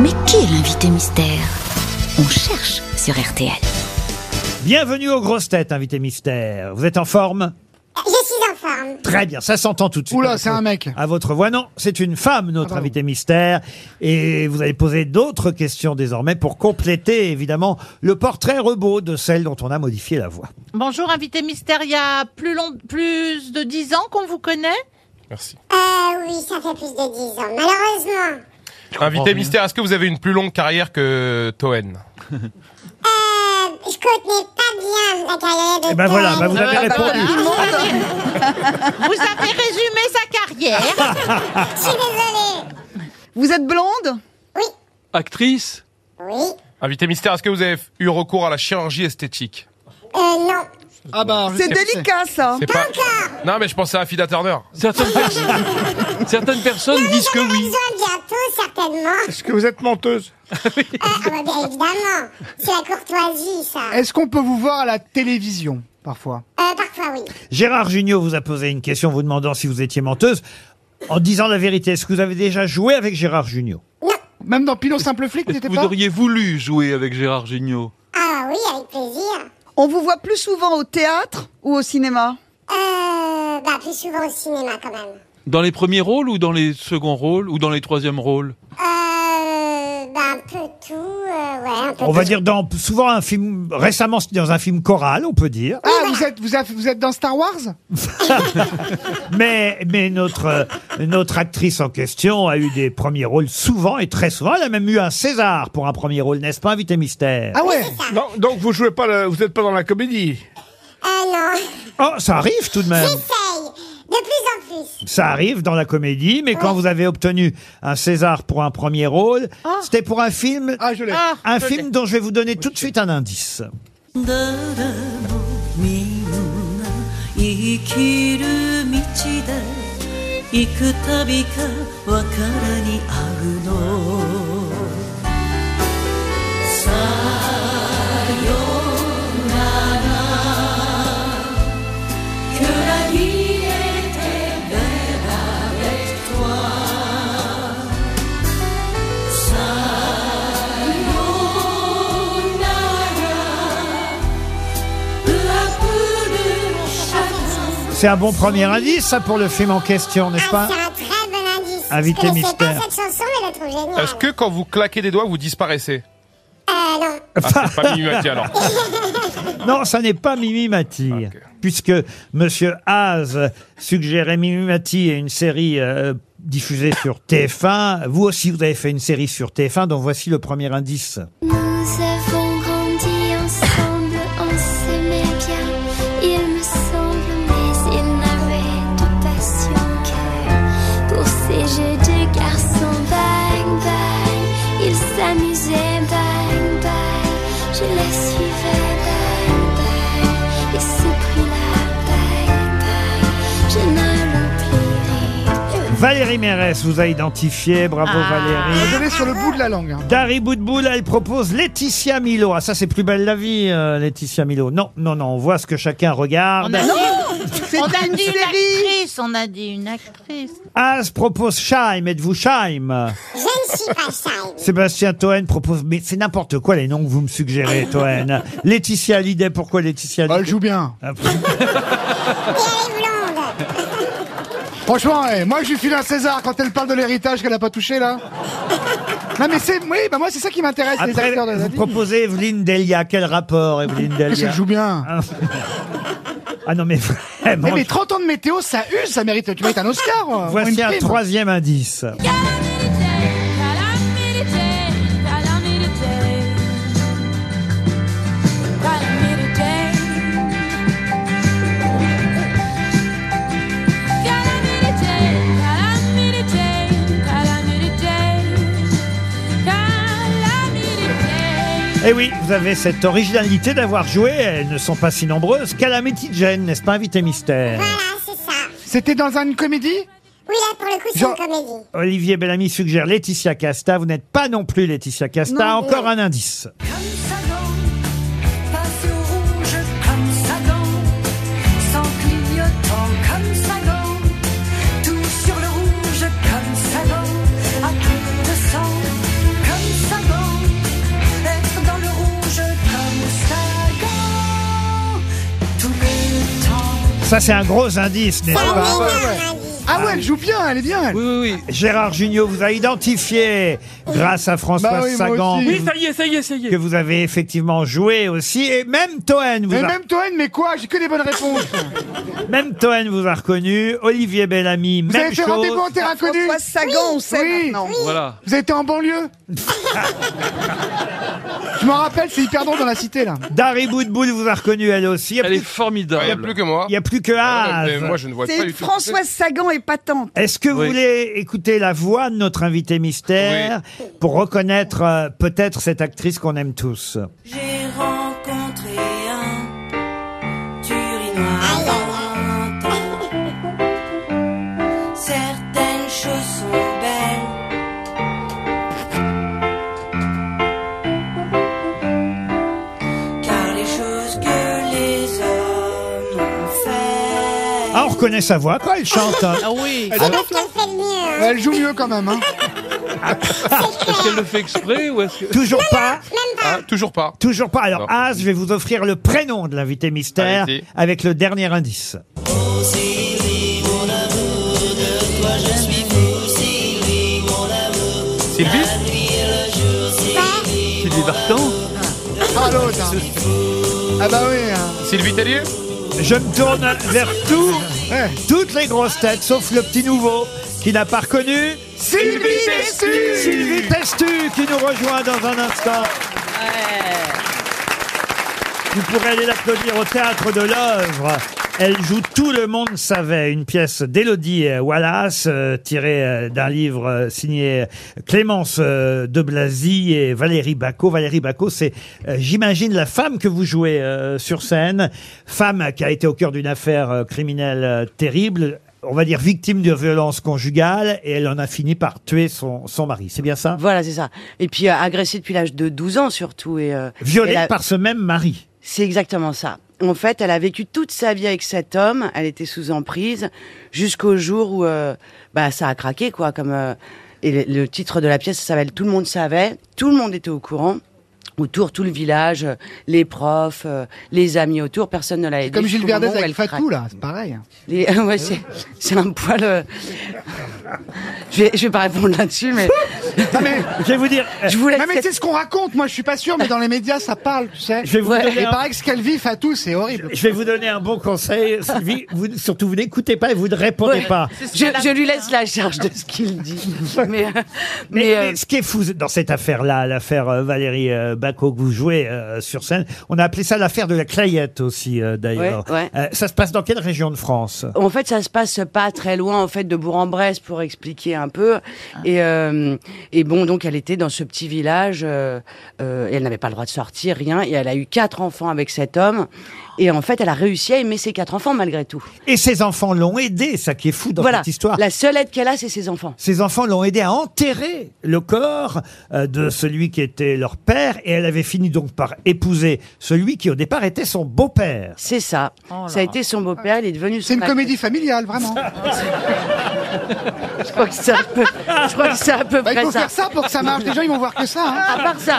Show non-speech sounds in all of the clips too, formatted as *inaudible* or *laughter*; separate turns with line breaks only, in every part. Mais qui est l'invité mystère On cherche sur RTL.
Bienvenue aux grosses têtes, invité mystère. Vous êtes en forme
Je suis en forme.
Très bien, ça s'entend tout de suite.
Oula,
avec
c'est un mec. Ah,
À votre voix, non, c'est une femme, notre invité mystère. Et vous allez poser d'autres questions désormais pour compléter, évidemment, le portrait robot de celle dont on a modifié la voix.
Bonjour, invité mystère. Il y a plus, long, plus de 10 ans qu'on vous connaît.
Merci.
Euh, oui, ça fait plus de 10 ans. Malheureusement.
Invité mystère, est-ce que vous avez une plus longue carrière que Toen
Euh, je connais pas bien la carrière de
Eh ben voilà,
Tom.
bah vous avez répondu.
Vous avez résumé sa carrière.
Je suis désolée.
Vous êtes blonde
Oui,
Actrice
oui.
Invité mystère, est-ce que vous avez eu recours à la chirurgie esthétique
Euh, non.
Ah bah, je
C'est
sais qui
délicat ça.
C'est pas. Non, mais je pensais à Afida Turner.
Certaines, perso- Certaines personnes disent que oui.
Besoin bientôt, certainement.
Est-ce que vous êtes menteuse
Euh, ah, bah, bien évidemment. C'est la courtoisie, ça.
Est-ce qu'on peut vous voir à la télévision parfois
Euh, parfois, oui.
Gérard Jugnot vous a posé une question vous demandant si vous étiez menteuse. En disant la vérité, est-ce que vous avez déjà joué avec Gérard Jugnot
Même dans Pilon Simple Flic,
Est-ce que
n'était
vous
pas
auriez voulu jouer avec Gérard Jugnot
Ah oui, avec plaisir.
On vous voit plus souvent au théâtre ou au cinéma
Euh, bah, plus souvent au cinéma, quand même.
Dans les premiers rôles ou dans les seconds rôles ou dans les troisièmes rôles
Euh, bah, un peu tout, euh, ouais, un peu
On va
tout.
dire dans souvent un film, récemment c'était dans un film choral, on peut dire.
Ah, vous êtes, vous, êtes, vous êtes dans Star Wars
Mais, mais notre, euh, notre actrice en question a eu des premiers rôles souvent et très souvent. Elle a même eu un César pour un premier rôle, n'est-ce pas, invité mystère
Ah ouais
Non, donc vous jouez pas, la- vous n'êtes pas dans la comédie.
Euh, non.
Oh, ça arrive tout de même.
J'essaye. De plus en plus.
Ça arrive dans la comédie, mais
Ah.
quand vous avez obtenu un César pour un premier rôle, c'était pour un film,
Ah, je l'ai.
Ah,
un
je
film dont je vais vous donner tout de suite un indice.
誰もみんな生きる道で行くたびか別れにあうのさよなら暗い
C'est un bon premier indice, ça, pour le film en question, n'est-ce pas
Ah, c'est un très bon indice.
Invité
je connaissais
mystère.
pas cette chanson, mais je la trouve géniale.
Est-ce que quand vous claquez des doigts, vous disparaissez
Euh, non.
Ah, c'est pas Mimi Mati,
*laughs*
alors.
Non, ça n'est pas Mimi Mati.
Ok.
Puisque Monsieur Haas suggérait Mimi Mati et une série euh, diffusée sur TF1. Vous aussi, vous avez fait une série sur TF1, dont voici le premier indice.
Nous avons grandi ensemble, on s'aimait bien, il me semble, mais il n'avait de passion que pour ces jeux de garçons. Bang bang, il s'amusait, bang bang, je la suivais, bang bang, et ce prix-là, bang bang, je ne l'oublierai
Valérie Mérès vous a identifié. Bravo
Ah.
Valérie.
Je l'ai sur le bout de la langue. hein.
Dari Boudboul, elle propose Laetitia Milo. Ah, ça, c'est plus belle la vie, euh, Laetitia Milo. Non, non, non, on voit ce que chacun
On
regarde.
a, dit,
C'est
on a
une
dit une
série.
actrice. On a dit une actrice.
Haas propose Scheim. Êtes-vous Scheim
Je ne suis pas
*laughs*
shy.
Sébastien Toen propose. Mais c'est n'importe quoi les noms que vous me
*laughs*
suggérez, Toen. Laetitia Hallyday, pourquoi Laetitia
Bah, elle
Hallyday
joue bien.
Ah, pff,
Et elle est blonde.
Franchement, eh, moi je lui file un César quand elle parle de l'héritage qu'elle a pas touché là. non mais c'est, oui, bah moi c'est ça qui m'intéresse les
Après,
acteurs de la
vous
vie.
proposez Evelyne Delia. Quel rapport, Evelyne
Parce
Delia
qu'elle joue bien.
Ah non, mais vraiment.
Eh, mais 30 ans de météo, ça use, ça mérite, tu mérites un Oscar. euh, ou une
Voici un
prime.
troisième indice. Eh oui, vous avez cette originalité d'avoir joué. Elles ne sont pas si nombreuses. Calamity Jane, n'est-ce pas, invité mystère
Voilà, c'est ça.
C'était dans une comédie
Oui, là, pour le coup, c'est
Genre-
une comédie.
Olivier Bellamy suggère Laetitia Casta. Vous n'êtes pas non plus Laetitia Casta. Encore un indice.
Comme ça donc, pas feu rouge, comme ça donc, sans clignotant, comme ça donc, tout sur le rouge, comme ça donc, à tour de sang, comme
Ça, c'est un gros indice, n'est-ce pas
Ah ouais, elle joue bien, elle est bien. elle.
Gérard Jugnot vous a identifié grâce à François
Bah oui, moi
Sagan.
aussi.
que
Oui,
vous-
Ça y est, ça y est, ça y
Que
est.
vous avez effectivement joué aussi. Et même Toen vous,
Mais
a,
même Toen, mais quoi J'ai que des
*laughs*
bonnes réponses.
même Toen vous a reconnu. Olivier Bellamy,
Vous
même
avez fait rendez-vous en
chose.
terrain connu
François Sagan, on sait
Oui.
maintenant.
Voilà.
Vous avez été
*laughs*
en banlieue Je m'en rappelle, c'est hyper drôle dans la cité, là.
Dari Boudboul vous a reconnu elle aussi. Il
Elle
n'y
est
a, plus-
formidable.
Il n'y a plus que moi.
il y a plus que
Ah, mais
Haas.
moi, je ne vois pas
C'est
du tout.
Françoise Sagan est patente.
Est-ce que vous
Oui.
voulez écouter la voix de notre invité mystère pour reconnaître euh, peut-être cette actrice qu'on aime tous
J'ai rencontré un Turinois dans un temps. Certaines choses sont belles. Car les choses que les hommes ont fait.
Ah, on reconnaît sa voix quand elle chante. hein.
Ah oui.
C'est pas ce qu'elle fait de mieux. hein.
Elle joue mieux quand même, hein.
Est-ce qu'elle le fait exprès ou est-ce que...
Toujours pas.
Même pas.
Ah, toujours pas.
Toujours pas. Alors,
Non.
As, je vais vous offrir le prénom de l'invité mystère
Allez-y.
avec le dernier indice.
Sylvie Sylvie Vartan
Ah, l'autre, hein. Ah bah oui, hein.
Sylvie Tellier
Je me tourne vers tout, toutes les grosses têtes, sauf le petit nouveau qui n'a pas reconnu.
Sylvie Testu
Sylvie Testu qui nous rejoint dans un instant. Vous pourrez aller l'applaudir au théâtre de l'œuvre. Elle joue Tout le monde savait, une pièce d'Élodie Wallace, euh, tirée euh, d'un livre euh, signé Clémence euh, de Blazy et Valérie Bacot. Valérie Bacot, c'est, euh, j'imagine, la femme que vous jouez euh, sur scène, femme qui a été au cœur d'une affaire euh, criminelle euh, terrible, on va dire victime de violences conjugales, et elle en a fini par tuer son, son mari. C'est bien ça
Voilà, c'est ça. Et puis euh, agressée depuis l'âge de 12 ans surtout. Et, euh,
Violée
elle a-
par ce même mari.
C'est exactement ça. En fait, elle a vécu toute sa vie avec cet homme. Elle était sous emprise jusqu'au jour où euh, bah, ça a craqué, quoi. Comme euh, et le, le titre de la pièce ça s'appelle Tout le monde savait. Tout le monde était au courant. Autour, tout le village, euh, les profs, euh, les amis autour, personne ne l'a aidé.
Comme Gilles
jusqu'au moment
Verdez
où
avec
elle craque.
Fatou, là, c'est pareil. hein.
Les- *laughs* ouais, c'est, c'est un poil. euh, *laughs* je, vais, je vais pas répondre là-dessus, mais
Non,
*laughs*
mais,
Je vais vous dire, euh,
je voulais.
non, mais c'est ce qu'on raconte, moi je suis pas sûr, mais dans les médias ça parle, tu sais.
je vais vous
Ouais.
donner
Et
un-
pareil que ce qu'elle vit, Fatou, c'est horrible.
Je vais vous donner un bon conseil,
*laughs*
Sylvie. Vous, surtout, vous n'écoutez pas et vous ne répondez
Ouais.
pas.
C'est ce
Je,
qu'elle a
je lui
fait,
laisse
hein.
la charge de ce qu'il
*laughs*
dit. Mais, euh,
Mais,
mais, euh,
mais ce qui est fou dans cette affaire-là, l'affaire euh, Valérie euh, Bacot que vous jouez euh, sur scène, on a appelé ça l'affaire de la Clayette aussi, euh, d'ailleurs.
Ouais, Oh. ouais.
Euh, ça se passe dans quelle région de France
en fait, ça se passe pas très loin en fait de Bourg-en-Bresse pour expliquer un peu.
Ah.
Et, euh, et bon, donc elle était dans ce petit village. euh, euh, et elle n'avait pas le droit de sortir, rien. Et elle a eu quatre enfants avec cet homme. Et en fait, elle a réussi à aimer ses quatre enfants malgré tout.
Et ses enfants l'ont aidé, ça qui est fou dans
voilà.
cette histoire.
La seule aide qu'elle a, c'est ses enfants.
Ses enfants l'ont aidé à enterrer le corps euh, de celui qui était leur père et elle avait fini donc par épouser celui qui au départ était son beau-père.
C'est ça. ça a été son beau-père. Il est devenu.
Oh C'est
son
une
acteur.
comédie
*laughs*
familiale, vraiment. Bah,
Je crois que c'est à peu, je crois que c'est à peu
Bah, il
près
faut
ça.
faire ça pour que ça marche. Les gens, ils vont voir que ça.
À part ça.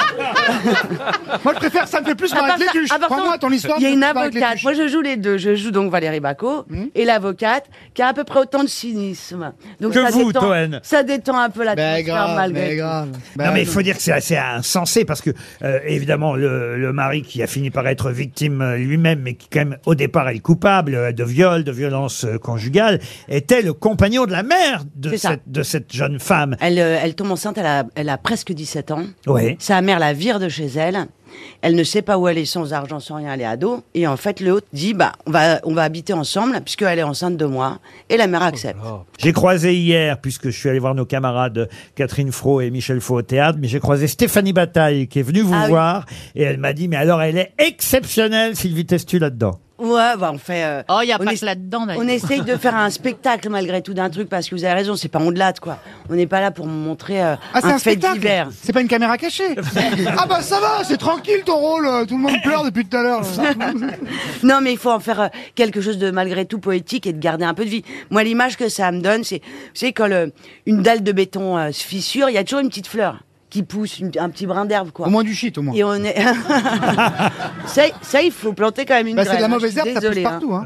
hein. Moi, je préfère, ça me fait plus
À
marrer
part
que les
ça-
tuches.
à part ça,
Crois-moi, ton histoire.
Il y a
me
une
fait plus marrer que les Hmm.
avocate.
tuches.
Moi, je joue les deux. Je joue donc Valérie Bacot et l'avocate qui a à peu près autant de cynisme. Donc
Que
ça
vous,
détend,
Toen.
Ça détend un peu
Mais
la
Ben,
Ben, grave,
grave,
malgré
mais
tout.
grave.
non,
Bah,
mais il faut dire que c'est assez insensé parce que, euh, évidemment, le, le mari qui a fini par être victime euh, lui-même, mais qui, quand même, au départ, est le coupable euh, de viol, de violence euh, conjugale, était le compagnon de la mère de,
C'est ça.
cette, de cette jeune femme.
Elle, euh, elle tombe enceinte, elle a, elle a presque 17 ans.
Oui.
Sa mère la vire de chez elle. Elle ne sait pas où elle est sans argent, sans rien, elle est ado. Et en fait, le hôte dit, bah, on va, on va habiter ensemble, puisqu'elle est enceinte de moi. Et la mère accepte.
J'ai croisé hier, puisque je suis allé voir nos camarades euh, Catherine Fro et Michel Faux au théâtre, mais j'ai croisé Stéphanie Bataille qui est venue vous
Ah oui.
voir et elle m'a dit, mais alors elle est exceptionnelle, Sylvie Testu, là-dedans.
Ouais, bah, on fait, euh,
Oh, il n'y a
on
pas
est-
que là-dedans, d'ailleurs.
On essaye de faire un spectacle malgré tout d'un truc parce que vous avez raison, c'est pas ondelade quoi. On n'est pas là pour montrer euh,
Ah, c'est
un,
un
fait
spectacle.
divers.
C'est pas une
*laughs*
caméra cachée. ah, bah, ça va, c'est tranquille ton rôle. euh, Tout le monde pleure depuis tout à l'heure.
Non, mais il faut en faire euh, quelque chose de malgré tout poétique et de garder un peu de vie. Moi, l'image que ça me donne, c'est, vous savez, quand le- une dalle de béton euh, se fissure, il y a toujours une petite fleur. qui pousse une- un petit brin d'herbe, quoi. Au
moins du shit, au moins.
Et on est. *laughs* ça, ça, il faut planter quand même une
Bah, c'est de la
graine, hein,
mauvaise
je suis
herbe, ça pousse
désolée,
partout, hein.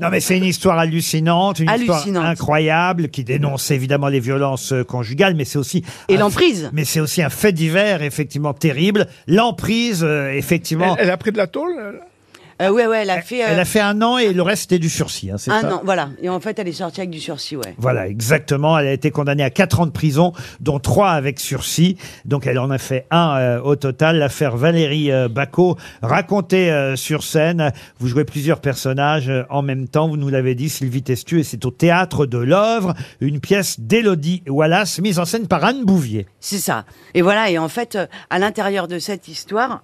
Non, mais c'est une histoire hallucinante, une
Hallucinante.
histoire incroyable qui dénonce évidemment les violences euh, conjugales, mais c'est aussi
Et
un-
l'emprise.
Mais c'est aussi un fait divers effectivement terrible. L'emprise, euh,
hein.
effectivement.
Elle, elle a pris de la tôle elle
Ah.
Euh, ouais, ouais, elle a fait. euh,
Elle a fait un an et le reste c'était du sursis. hein, c'est
un
ça
an, voilà. Et en fait, elle est sortie avec du sursis, ouais.
Voilà, exactement. Elle a été condamnée à 4 ans de prison, dont 3 avec sursis. Donc elle en a fait un euh, au total. L'affaire Valérie euh, Bacot, racontée euh, sur scène. Vous jouez plusieurs personnages euh, en même temps. Vous nous l'avez dit, Sylvie Testu, et c'est au Théâtre de l'œuvre, une pièce d'Élodie Wallace, mise en scène par Anne Bouvier.
C'est ça. Et voilà, et en fait, euh, à l'intérieur de cette histoire.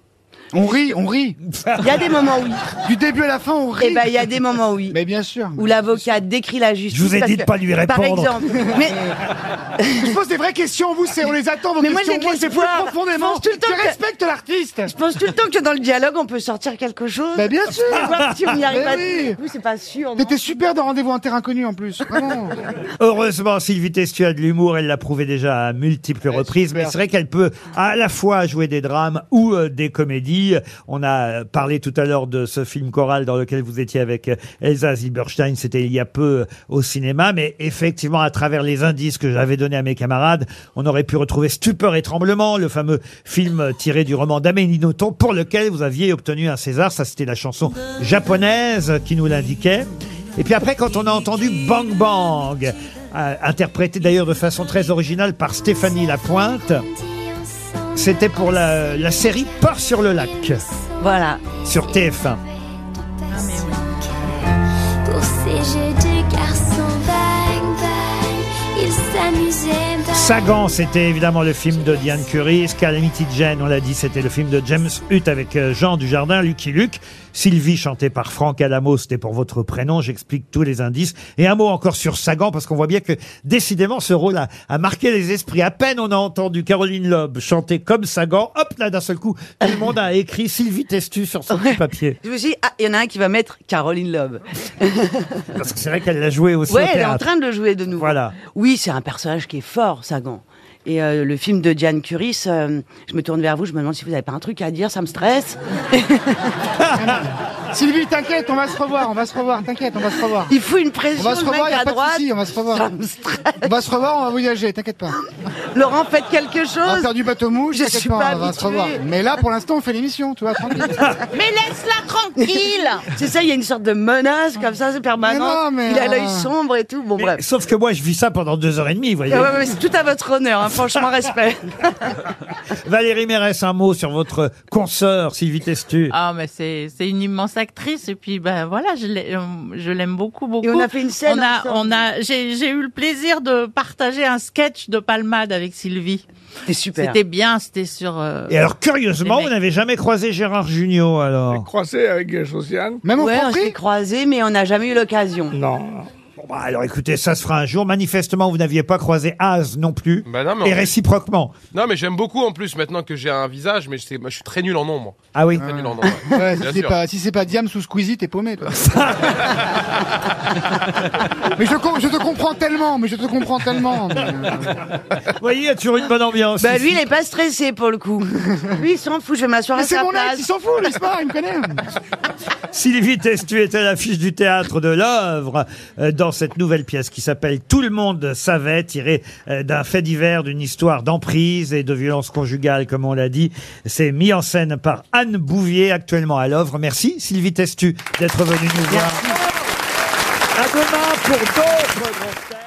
On rit, on rit.
Il y a des moments
*laughs*
où.
Du début à la fin, on rit.
Eh ben, il y a des moments où.
Mais bien sûr.
Où l'avocat décrit la justice.
Je vous ai
parce
dit de
que-
pas lui
Par
répondre.
exemple.
*laughs*
Mais
Je pose des vraies questions, vous, c'est on les attend, vos
Mais moi,
questions.
j'ai
moi,
de
c'est plus
l'espoir. Je
profondément.
pense tout le temps que-
je respecte l'artiste.
je pense tout le temps que dans le dialogue, on peut sortir quelque chose.
Bah, bien sûr.
Et voir si on y arrive
Mais
à-
oui.
Oui, c'est pas sûr. non
T'étais super dans Rendez-vous en terrain connu, en plus. Vraiment.
Heureusement, Sylvie Testu a de l'humour, elle l'a prouvé déjà à multiples reprises, mais c'est vrai qu'elle peut à la fois jouer des drames ou euh, des comédies. On a euh, parlé tout à l'heure de ce film choral dans lequel vous étiez avec euh, Elsa Zilberstein, c'était il y a peu euh, au cinéma, mais effectivement, à travers les indices que j'avais donnés à mes camarades, on aurait pu retrouver Stupeur et Tremblement, le fameux film euh, tiré du roman d'Amélie Nothomb, pour lequel vous aviez obtenu un César, ça c'était la chanson japonaise qui nous l'indiquait. Et puis après, quand on a entendu Bang Bang, euh, interprété d'ailleurs de façon très originale par Stéphanie Lapointe, c'était pour la, la série Port sur le lac,
Voilà.
sur TF1.
Ah, Pour ces jeux de garçons, bang bang, ils s'amusaient. bang.
Sagan, c'était évidemment le film de Diane Curie. Calamity Jane, on l'a dit, c'était le film de James Hutt avec euh, Jean Dujardin, Lucky Luke. Sylvie, chantée par Franck Alamo, c'était pour votre prénom. J'explique tous les indices. Et un mot encore sur Sagan, parce qu'on voit bien que, décidément, ce rôle a, a marqué les esprits. À peine on a entendu Caroline Loeb chanter comme Sagan. Hop là, d'un seul coup, tout le monde a écrit Sylvie Testu sur son petit papier.
Je me suis dit, ah, il y en a un qui va mettre Caroline Loeb.
Parce que c'est vrai qu'elle l'a joué aussi
*laughs* Ouais,
au
elle est en
théâtre.
train de le jouer de nouveau.
Voilà.
Oui, c'est un personnage qui est fort, Sagan. Et euh, le film de Diane Curis, euh, je me tourne vers vous, je me demande si vous n'avez pas un truc à dire, ça me stresse. *laughs*
Sylvie, t'inquiète, on va se revoir, on va se revoir, t'inquiète, on va se revoir.
Il faut une
On
pression,
va se
le mec
revoir, y a
à
pas de
droite.
souci, on va se revoir.
Ça me stresse.
On va se revoir, on va voyager, t'inquiète pas.
Laurent, faites quelque
On va
chose.
faire du bateau mouche,
Oh, Je
t'inquiète
suis
pas,
pas
on va se
habituée.
revoir. Mais là, pour l'instant, on fait l'émission, tu vois, tranquille.
*laughs*
Mais
*laughs*
laisse-la tranquille
C'est ça, il y a une sorte de menace comme ça, c'est permanent.
Mais non, mais,
il a l'œil
euh,
sombre et tout. Bon,
Mais-
bref.
Eh, Sauf que moi, je vis ça pendant deux heures et demie, vous voyez.
Ouais, ouais, ouais, c'est tout à votre honneur, hein,
*laughs*
franchement, respect.
Valérie Mérès, un mot sur votre consoeur, Sylvie Testu.
*laughs* Ah, mais c'est c'est une immense actrice. Et puis, ben voilà, je l'ai- euh, je l'aime beaucoup, beaucoup.
Et on a fait une scène
On a,
ensemble.
on a, j'ai j'ai eu le plaisir de partager un sketch de Palmade avec Sylvie.
C'était super.
C'était bien, c'était sur. euh,
Et alors,
Eh,
curieusement,
Les
vous
mecs.
n'avez jamais croisé Gérard Junior, alors
Croisé avec euh, Josiane
Même au
Ouais, on
Franprix
s'est croisés, mais on n'a jamais eu l'occasion.
Non.
Bon, bah, Alors, écoutez, ça se fera un jour. Manifestement, vous n'aviez pas croisé Az non plus.
Bah non, mais
et
en fait-
réciproquement.
Non, mais j'aime beaucoup en plus maintenant que j'ai un visage, mais je, sais- moi, je suis très nul en nombre.
Ah oui.
Très nul en nombre. ouais.
Ouais,
Bien
si c'est
sûr.
pas, si c'est pas Diam sous Squeezie, t'es paumé,
*laughs*
toi. mais je, com- je te comprends tellement, mais je te comprends tellement. mais, euh,
vous voyez, il y a toujours une bonne ambiance.
Bah,
ici.
lui, il n'est pas stressé pour
*laughs*
le coup. Lui, il s'en fout, je vais m'asseoir
Mais
à
c'est
sa
mon ex,
place.
il s'en fout, lui, c'est pas, il me connaît.
Sylvie Testu était à l'affiche du théâtre de l'œuvre euh, dans cette nouvelle pièce qui s'appelle Tout le monde savait, tirée euh, d'un fait divers, d'une histoire d'emprise et de violence conjugale, comme on l'a dit. C'est mis en scène par Anne Bouvier, actuellement à l'œuvre. Merci Sylvie Testu d'être venue nous voir. À demain pour d'autres. grosses têtes.